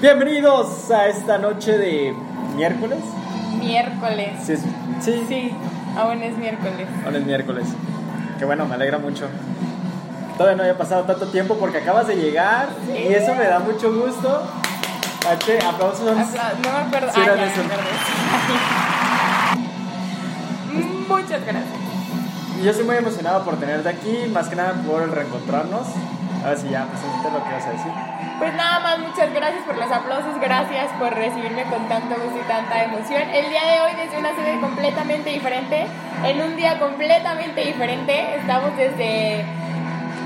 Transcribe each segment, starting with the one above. Bienvenidos a esta noche de miércoles. Miércoles. Sí, es- sí, Sí, aún es miércoles. Ahora es miércoles. Que bueno, me alegra mucho. Todavía no había pasado tanto tiempo porque acabas de llegar y eso me da mucho gusto. H, aplausos. Apla- No me acuerdo. Sí, ah, era ya, eso. me acordé. Muchas gracias. Y Yo estoy muy emocionado por tenerte aquí, más que nada por el reencontrarnos. A ver si ya me sentiste lo que ibas a decir. Pues nada más, muchas gracias por los aplausos, gracias por recibirme con tanto gusto y tanta emoción. El día de hoy desde una sede completamente diferente, en un día completamente diferente, estamos desde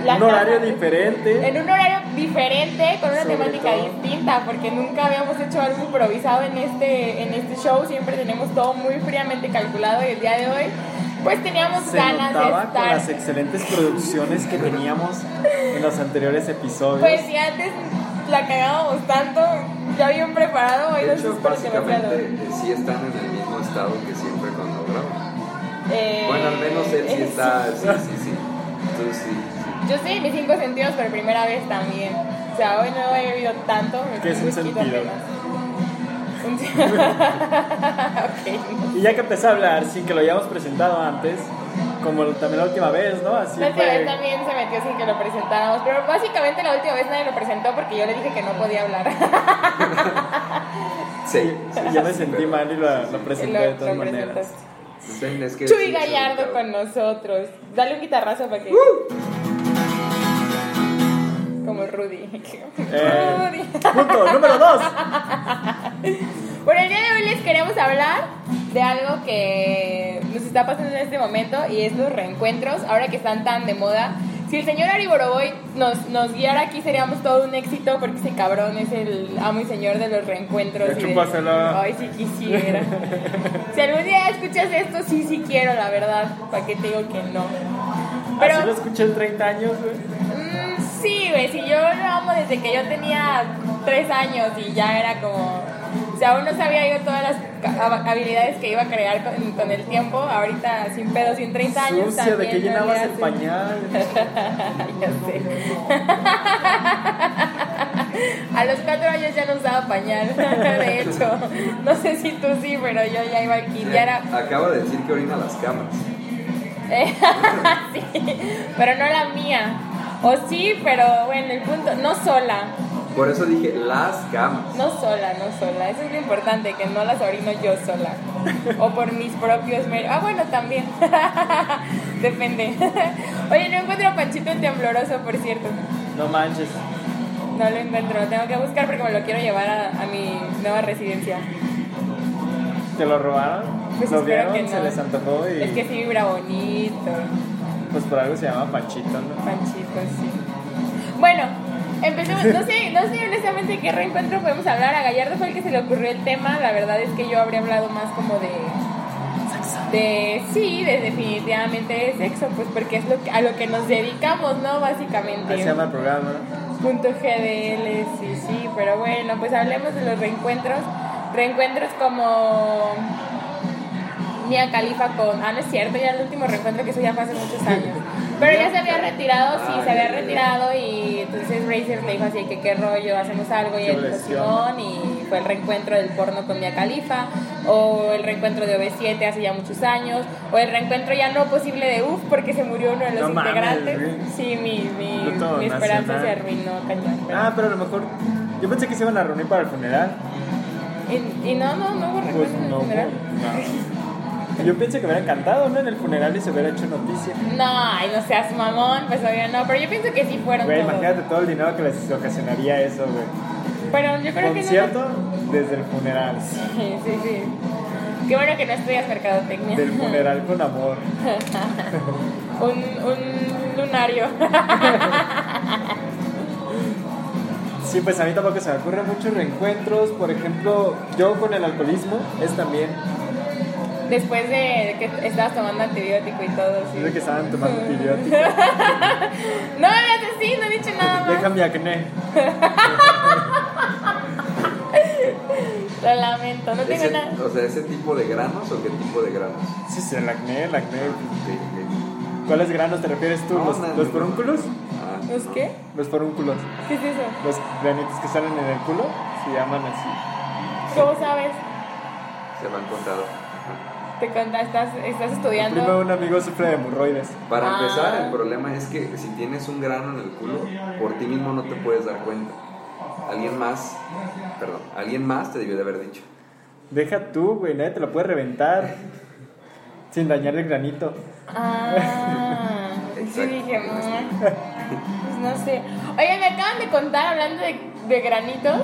la Un horario casa- diferente. En un horario diferente, con una Sobre temática todo. distinta, porque nunca habíamos hecho algo improvisado en este, en este show, siempre tenemos todo muy fríamente calculado y el día de hoy pues teníamos se ganas de notaba con estar. las excelentes producciones que teníamos en los anteriores episodios. Pues si antes la cagábamos tanto, ya bien preparado, hoy De nos hecho, espero que demasiado. básicamente eh, sí están en el mismo estado que siempre cuando grabamos. Eh, Bueno, al menos él sí eh, está, sí, sí, sí. Tú sí, sí. Yo sí, mis cinco sentidos por primera vez también. O sea, hoy no he bebido tanto, me ¿Qué es fui un poquito sentido? apenas. Un sen- Ok. Y ya que empecé a hablar sin que lo hayamos presentado antes, como lo- también la última vez, ¿no? Así La última vez fue. también se metió sin que lo presentáramos, pero básicamente la última vez nadie lo presentó porque yo le dije que no podía hablar. Sí. Sí, yo me sentí pero- mal y lo, lo presenté de Lo- todas lo maneras. presentaste. Ven, es que Chuy sí, Gallardo sí, con nosotros. Dale un guitarrazo para que. ¡Uh! Como Rudy. Eh, Rudy. punto número dos. Bueno, el día de hoy les queremos hablar de algo que nos está pasando en este momento y es los reencuentros, ahora que están tan de moda. Si el señor Ari Boroboy nos, nos guiara aquí seríamos todo un éxito porque ese cabrón es el amo y señor de los reencuentros. Ya y de- chúpasela. Ay, si quisiera. si algún día escuchas esto, sí, sí quiero, la verdad. ¿Para qué te digo que no? Pero- Así lo escuché en 30 años, güey. Mm, sí, güey, si yo lo amo desde que yo tenía tres años y ya era como... O sea, aún no sabía yo todas las ca- habilidades que iba a crear con, con el tiempo. Ahorita, sin pedo, sin 30 años Sucia, de también que no le llenabas el hace- pañal. ya sé. A los cuatro años ya no usaba pañal, de hecho. No sé si tú sí, pero yo ya iba aquí, claro. ya era... Acaba de decir que orina las cámaras. Eh, sí, pero no la mía. O sí, pero bueno, el punto, no sola, Por eso dije las cámaras. no sola, no sola. Eso es lo importante, que no las orino yo sola. O por mis propios méritos. Ah, bueno, también. Depende. Oye, no encuentro a Panchito el tembloroso, por cierto. No manches. No lo encuentro, lo tengo que buscar porque me lo quiero llevar a, a mi nueva residencia. ¿Te lo robaron? Pues ¿Lo espero vieron? que no. Se les antojó y Es que sí vibra bonito. pues por algo se llama Panchito, ¿no? Panchitos, pues sí. Bueno, empecemos. No sé, no sé honestamente qué reencuentro podemos hablar. A Gallardo fue el que se le ocurrió el tema. La verdad es que yo habría hablado más como de. De, sí, de definitivamente de sexo, pues porque es lo que- a lo que nos dedicamos, ¿no? Básicamente. Así se llama el programa, ¿no? Punto GDL, sí, sí, pero bueno, pues hablemos de los reencuentros. Reencuentros como Mia Califa con. Ah, no es cierto, ya el último reencuentro que eso ya fue hace muchos años. Pero ya se había retirado, sí, se había retirado y entonces Razer le dijo así que qué rollo, hacemos algo y Qué él dijo lesión. "Simón", y fue el reencuentro del porno con Mia Califa o el reencuentro de OV7 hace ya muchos años o el reencuentro ya no posible de UF porque se murió uno de los No mames, integrantes. güey. sí, mi, mi, Luto mi esperanza nacional. se arruinó cañón. pero- Ah, pero a lo mejor. Yo pensé que se iban a reunir para el funeral. y, y no, no, no hubo Pues recuerdo en el no, funeral. no. Yo pienso que hubiera encantado, ¿no? En el funeral y se hubiera hecho noticia. No, ay, no seas mamón, pues obvio no, pero yo pienso que sí fueron Güey, todos. imagínate todo el dinero que les ocasionaría eso, güey. Pero yo creo Concierto desde el que funeral. no. Sí, sí, sí. Qué bueno que no estudias mercadotecnia. Del funeral con amor. un, un lunario. Sí, pues a mí tampoco se me ocurren muchos reencuentros. Por ejemplo, yo con el alcoholismo es también. Después de que estabas tomando antibiótico y todo, sí. Dice que estaban tomando antibióticos. No me veas así, no he dicho nada más. Deja mi acné. Lo lamento, no tengo Ese- nada. o sea, ¿ese tipo de granos o qué tipo de granos? Sí, sí, el acné, el acné. Sí, sí. ¿Cuáles granos te refieres tú? No, ¿Los, no, los no. porúnculos? Ah, ¿Los no. qué? Los porúnculos. ¿Qué es eso? Los granitos que salen en el culo. se llaman así. ¿Cómo sabes? Se me han contado. Te contas, estás, estás El primo de estudiando. un amigo sufre de hemorroides. Para Ah. empezar, el problema es que si tienes un grano en el culo, por ti mismo no te puedes dar cuenta. Alguien más, perdón, alguien más te debió de haber dicho. Deja tú, güey, nadie te lo puede reventar. Sin dañar el granito. Ah, sí Exacto. dije, "Mm, pues no sé. Oye, me acaban de contar hablando de, de granitos.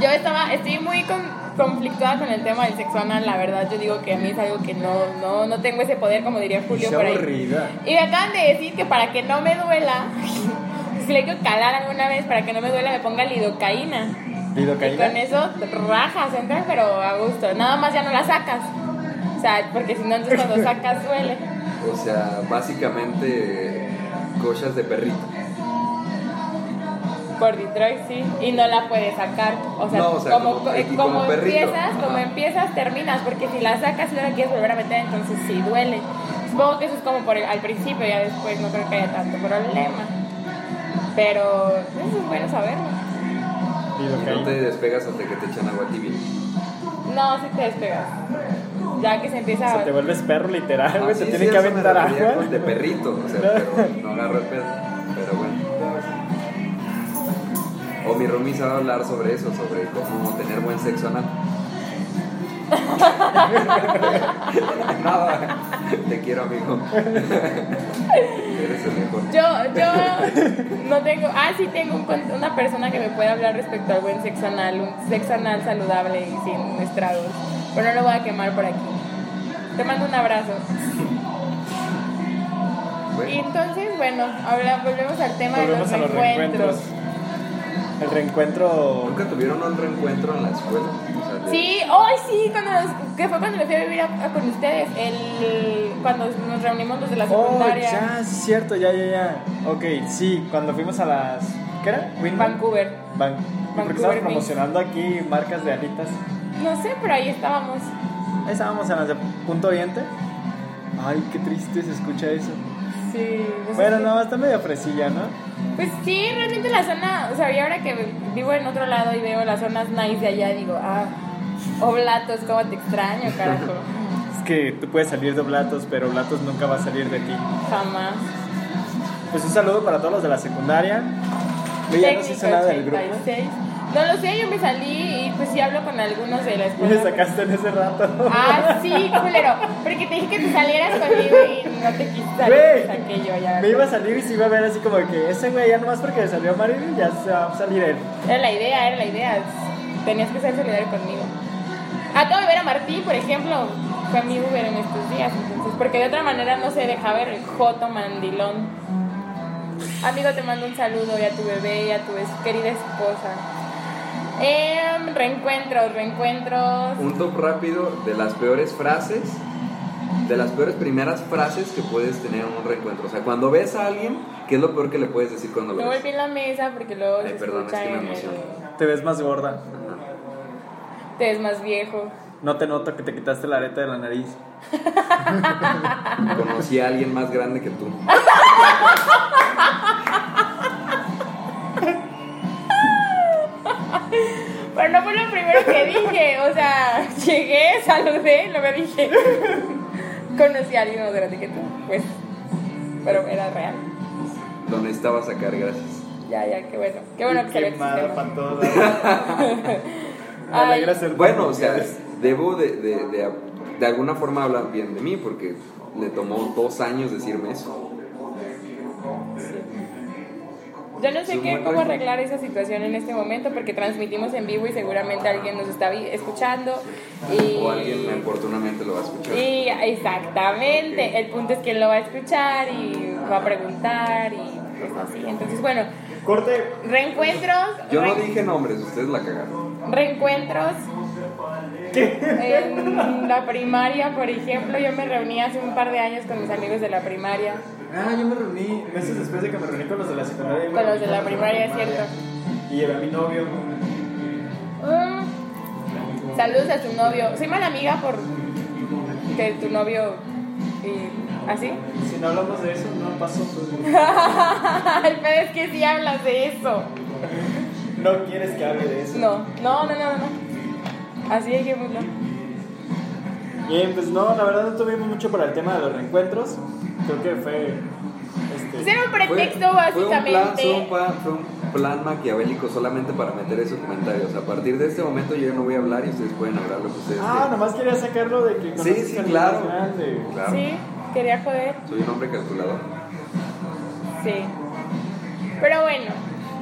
Yo estaba, estoy muy con- conflictuada con el tema del sexo anal, la verdad. Yo digo que a mí es algo que no, no, no tengo ese poder, como diría Julio Qué por ahí. aburrida. Y me acaban de decir que para que no me duela, si le quiero calar alguna vez, para que no me duela me ponga lidocaína. Y Lidocaína. con eso rajas, entran pero a gusto. Nada más ya no la sacas. O sea, porque si no, entonces cuando sacas duele. O sea, básicamente, cosas de perrito. Por Detroit, sí. Y no la puedes sacar. O sea, No, o sea, como, como- eh, y como como perrito. empiezas, como Ajá. empiezas, terminas. Porque si la sacas y luego la quieres volver a meter, entonces sí duele. Supongo que eso es como por el- al principio, ya después no creo que haya tanto problema. Pero eso es bueno saberlo. Y no Lidocaína. te despegas hasta que te echan agua tibia. No, si te despegas. Ya que se empieza Se a. te vuelves perro literal, güey. Ah, se sí, tiene sí, que a eso me aventar refería agua. con De perrito, o sea, pero no agarro el pedo. Pero bueno. O mi Rumi sabe hablar sobre eso, sobre cómo tener buen sexo anal. Nada, te quiero amigo. Eres el mejor. Yo, yo no tengo. Ah, sí tengo un con- una persona que me puede hablar respecto al buen sexo anal, un sexo anal saludable y sin estragos. Pero no lo voy a quemar por aquí. Te mando un abrazo. Y Bueno, entonces, bueno, ahora volvemos al tema Volvemos de a los los reencuentros. reencuentros. El reencuentro. nunca tuvieron un reencuentro en la escuela. O sea, de- Sí, hoy sí, cuando nos- que fue cuando me fui a vivir a- a con ustedes, el, cuando nos reunimos los de la Oh, secundaria, ya, cierto, ya, ya, ya. Ok, sí, cuando fuimos a las. ¿Qué era? Win- Vancouver. Van- Vancouver Porque estabas Wings. promocionando aquí marcas de alitas. No sé, pero ahí estábamos. Ahí estábamos en las de Punto Oriente. Ay, qué triste se escucha eso. Sí. pues Bueno, es que- no, está medio fresilla, ¿no? Pues sí, realmente la zona, o sea, y ahora que vivo en otro lado y veo las zonas nice de allá, digo, ah, oblatos, cómo te extraño, carajo. Es que tú puedes salir de Oblatos, pero Oblatos nunca va a salir de ti. Jamás. Pues un saludo para todos los de la secundaria. Yo ya no sé Técnico si nada del grupo. 86. No lo sé, yo me salí y pues sí hablo con algunos de la Y me escuela. sacaste en ese rato. Ah, sí, culero. Porque te dije que te salieras conmigo y no te quisiste salir, Güey, te saqué yo ya. Me iba a salir y se iba a ver así como que ese güey ya nomás porque salió Marilyn ya se va a salir él. Era la idea, era la idea. Tenías que ser solidario conmigo. Acabo de ver a Martín, por ejemplo, fue mi Uber en estos días, entonces, porque de otra manera no se deja ver el Joto Mandilón. Amigo, te mando un saludo y a tu bebé y a tu es- querida esposa. Em, reencuentros, reencuentros. un top rápido de las peores frases, de las peores primeras frases que puedes tener en un reencuentro. O sea, cuando ves a alguien, ¿qué es lo peor que le puedes decir cuando No lo ves? volví en la mesa porque luego Ay, se perdón, escucha es que me en el- emocioné. Te ves más gorda. Ajá. Te ves más viejo. No te noto que te quitaste la areta de la nariz. Conocí a alguien más grande que tú. Pero no fue lo primero que dije, o sea, llegué, saludé, no me dije. Conocí a alguien más grande que tú, pues. Pero era real. Lo necesitaba sacar, gracias. Ya, ya, qué bueno. Qué bueno que salió el Quemada sistema. para todos. Me Ay. alegra ser Bueno, o sea, mundiales. debo de, de, de, de alguna forma hablar bien de mí porque le tomó dos años decirme eso. Yo no sé qué, cómo arreglar esa situación en este momento porque transmitimos en vivo y seguramente alguien nos está vi- escuchando. Y, O alguien oportunamente lo va a escuchar. Y exactamente, el punto es quién lo va a escuchar y va a preguntar y pues así. Entonces, bueno, Corte. reencuentros. Yo no reen- dije nombres, ustedes la cagaron. Reencuentros. En la primaria, por ejemplo, yo me reuní hace un par de años con mis amigos de la primaria. Ah, yo me reuní meses después de que me reuní con los de la secundaria. yo me Con los reuní de la primaria, es Y llevé a mi novio. Mm. Saludos a tu novio. Soy mala amiga por que tu novio y así. Si no hablamos de eso, no pasó. pues, El pedo es que sí hablas de eso. No quieres que hable de eso. No, no, no, no, no. Así dejémoslo. Bien, pues no, la verdad no tuvimos mucho para el tema de los reencuentros. Creo que fue. Este, Pues Era un Fue- pretexto fue un plan- básicamente. Fue un, plan, fue un plan maquiavélico solamente para meter esos comentarios. A partir de este momento yo ya no voy a hablar y ustedes pueden hablar lo que ustedes ah, quieran. nomás quería sacarlo de que conoces sí, a alguien claro. más grande. Claro. Sí, quería joder. Soy un hombre calculador. Sí. Pero bueno,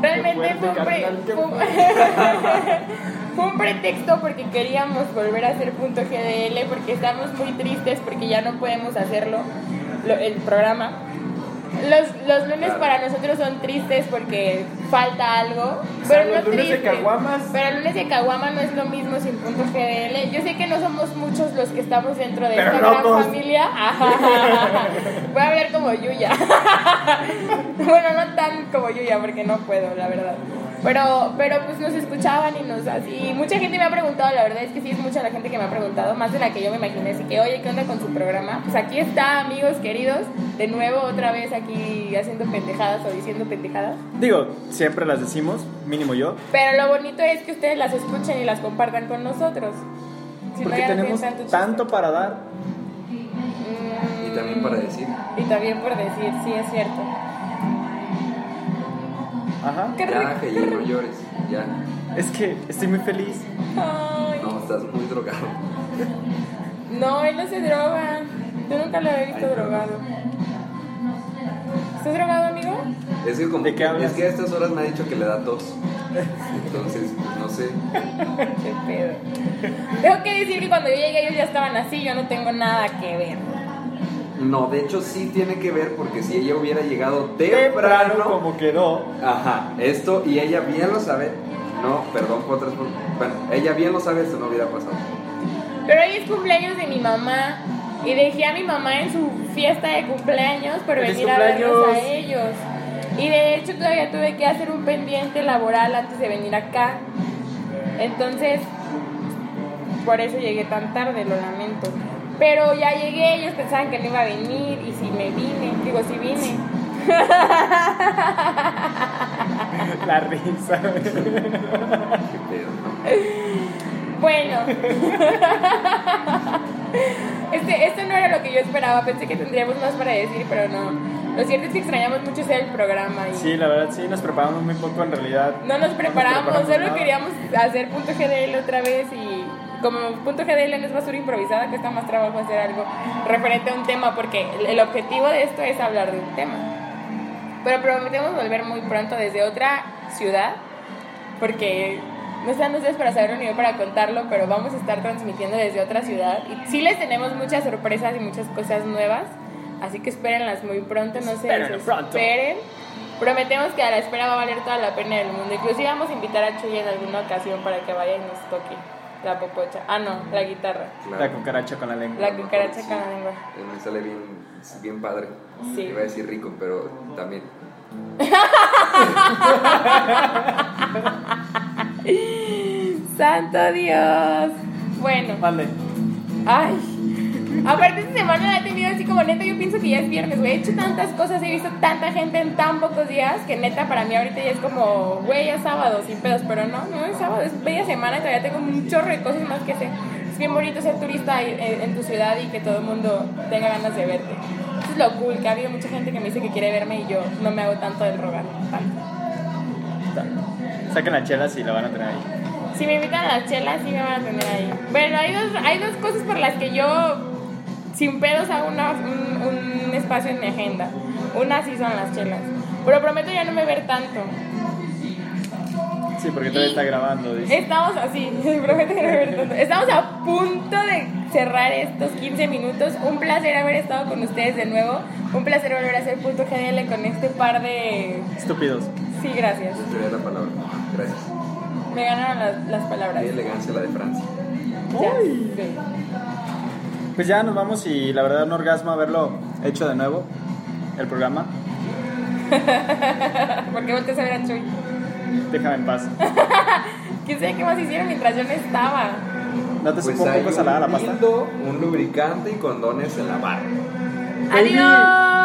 realmente Qué fue un, fuerte, pre- carnal, qué fue un- fue un pretexto porque queríamos volver a hacer punto GDL porque estamos muy tristes porque ya no podemos hacerlo lo- el programa. Los, los lunes Claro. para nosotros son tristes porque falta algo. Salvo Pero no el lunes de tristes. caguamas. Pero el lunes de Caguama no es lo mismo sin punto GDL. Yo sé que no somos muchos los que estamos dentro de Pero esta locos. gran familia. Voy a hablar como Yuya. bueno, no tan como Yuya, porque no puedo, la verdad. Pero, pero pues nos escuchaban y nos así. Mucha gente me ha preguntado, la verdad es que sí es mucha la gente que me ha preguntado, más de la que yo me imaginé. Así que, oye, ¿qué onda con su programa? Pues aquí está, amigos queridos, de nuevo otra vez aquí haciendo pendejadas o diciendo pendejadas. Digo, siempre las decimos, mínimo yo. Pero lo bonito es que ustedes las escuchen y las compartan con nosotros. Si no, porque ya no tenemos tienen chiste. tanto para dar. Mm, Y también para decir. Y también por decir, sí, es cierto. Ajá. Qué Ya, rico, que qué ya no rico. llores. Ya. Es que estoy muy feliz. Ay. No, estás muy drogado. No, él no se droga. Yo nunca lo he visto Ay, perdón. drogado. ¿Estás drogado, amigo? Es que, como, ¿De qué hablas? es que a estas horas me ha dicho que le da tos. Entonces, pues, no sé. Qué pedo. Tengo que decir que cuando yo llegué ellos ya estaban así, yo no tengo nada que ver. No, de hecho sí tiene que ver porque si ella hubiera llegado Temprano, temprano como quedó. Ajá, esto y ella bien lo sabe. No, perdón por otras. Bueno, ella bien lo sabe, esto no hubiera pasado. Pero hoy es cumpleaños de mi mamá y dejé a mi mamá en su fiesta de cumpleaños por ¡Feliz venir a verlos a cumpleaños! ellos. Y de hecho todavía tuve que hacer un pendiente laboral antes de venir acá. Entonces, por eso llegué tan tarde, lo lamento. Pero ya llegué, ellos pensaban que no iba a venir y si me vine, digo, si vine. La risa. Qué pedo, ¿no? Bueno. este, esto no era lo que yo esperaba. Pensé que tendríamos más para decir, pero no. Lo cierto es que extrañamos mucho hacer el programa y Sí, la verdad, sí, nos preparamos muy poco en realidad. no nos preparamos, solo nada. queríamos hacer punto GDL otra vez y como punto GDL no es basura improvisada, cuesta más trabajo hacer algo referente a un tema porque el- el objetivo de esto es hablar de un tema. Pero prometemos volver muy pronto desde otra ciudad porque no están ustedes para saberlo ni yo para contarlo, pero vamos a estar transmitiendo desde otra ciudad y sí les tenemos muchas sorpresas y muchas cosas nuevas, así que espérenlas muy pronto, no se Espérenlo pronto. desesperen. Prometemos que a la espera va a valer toda la pena del mundo. Inclusive vamos a invitar a Chuy en alguna ocasión para que vaya y nos toque la popocha. Ah, no, la guitarra. Claro. La cucaracha con la lengua. La cucaracha Sí. con la lengua. Eh, Me sale bien, bien padre. Sí. Iba a decir rico, pero también. ¡Santo Dios! Bueno, Vale. ay. Aparte esta semana la he tenido así como neta, yo pienso que ya es viernes, güey. He hecho tantas cosas, he visto tanta gente en tan pocos días que neta para mí ahorita ya es como, güey, ya es sábado, sin pedos, pero no, no es sábado, es media semana y todavía tengo un chorro de cosas más que hacer. Es bien bonito ser turista en, en- en tu ciudad y que todo el mundo tenga ganas de verte. Eso es lo cool, que ha habido mucha gente que me dice que quiere verme y yo no me hago tanto del rogar. tanto. Saquen las chelas y la van a tener ahí. Si me invitan a las chelas, sí me van a tener ahí. Bueno, hay dos, hay dos cosas por las que yo sin pedos hago una- un, un espacio en mi agenda. Una sí son las chelas. Pero prometo ya no me ver tanto. Sí, porque todavía está grabando. Dice. Estamos así, prometo que no me ver tanto. Estamos a punto de cerrar estos 15 minutos. Un placer haber estado con ustedes de nuevo. Un placer volver a hacer punto GDL con este par de. Estúpidos. Sí, gracias. Esa sería la palabra. Gracias. Me ganaron las, las palabras. Qué elegancia la de Francia. Ya, Uy. sí. Pues ya nos vamos y la verdad un orgasmo haberlo hecho de nuevo, el programa. ¿Por qué volteas a ver a Chuy? Déjame en paz. ¿Quién sabe qué más hicieron mientras yo no estaba? ¿No te supo un hay poco salada la Pues un pasta? dildo, un lubricante y condones en la barra. Baby. ¡Adiós!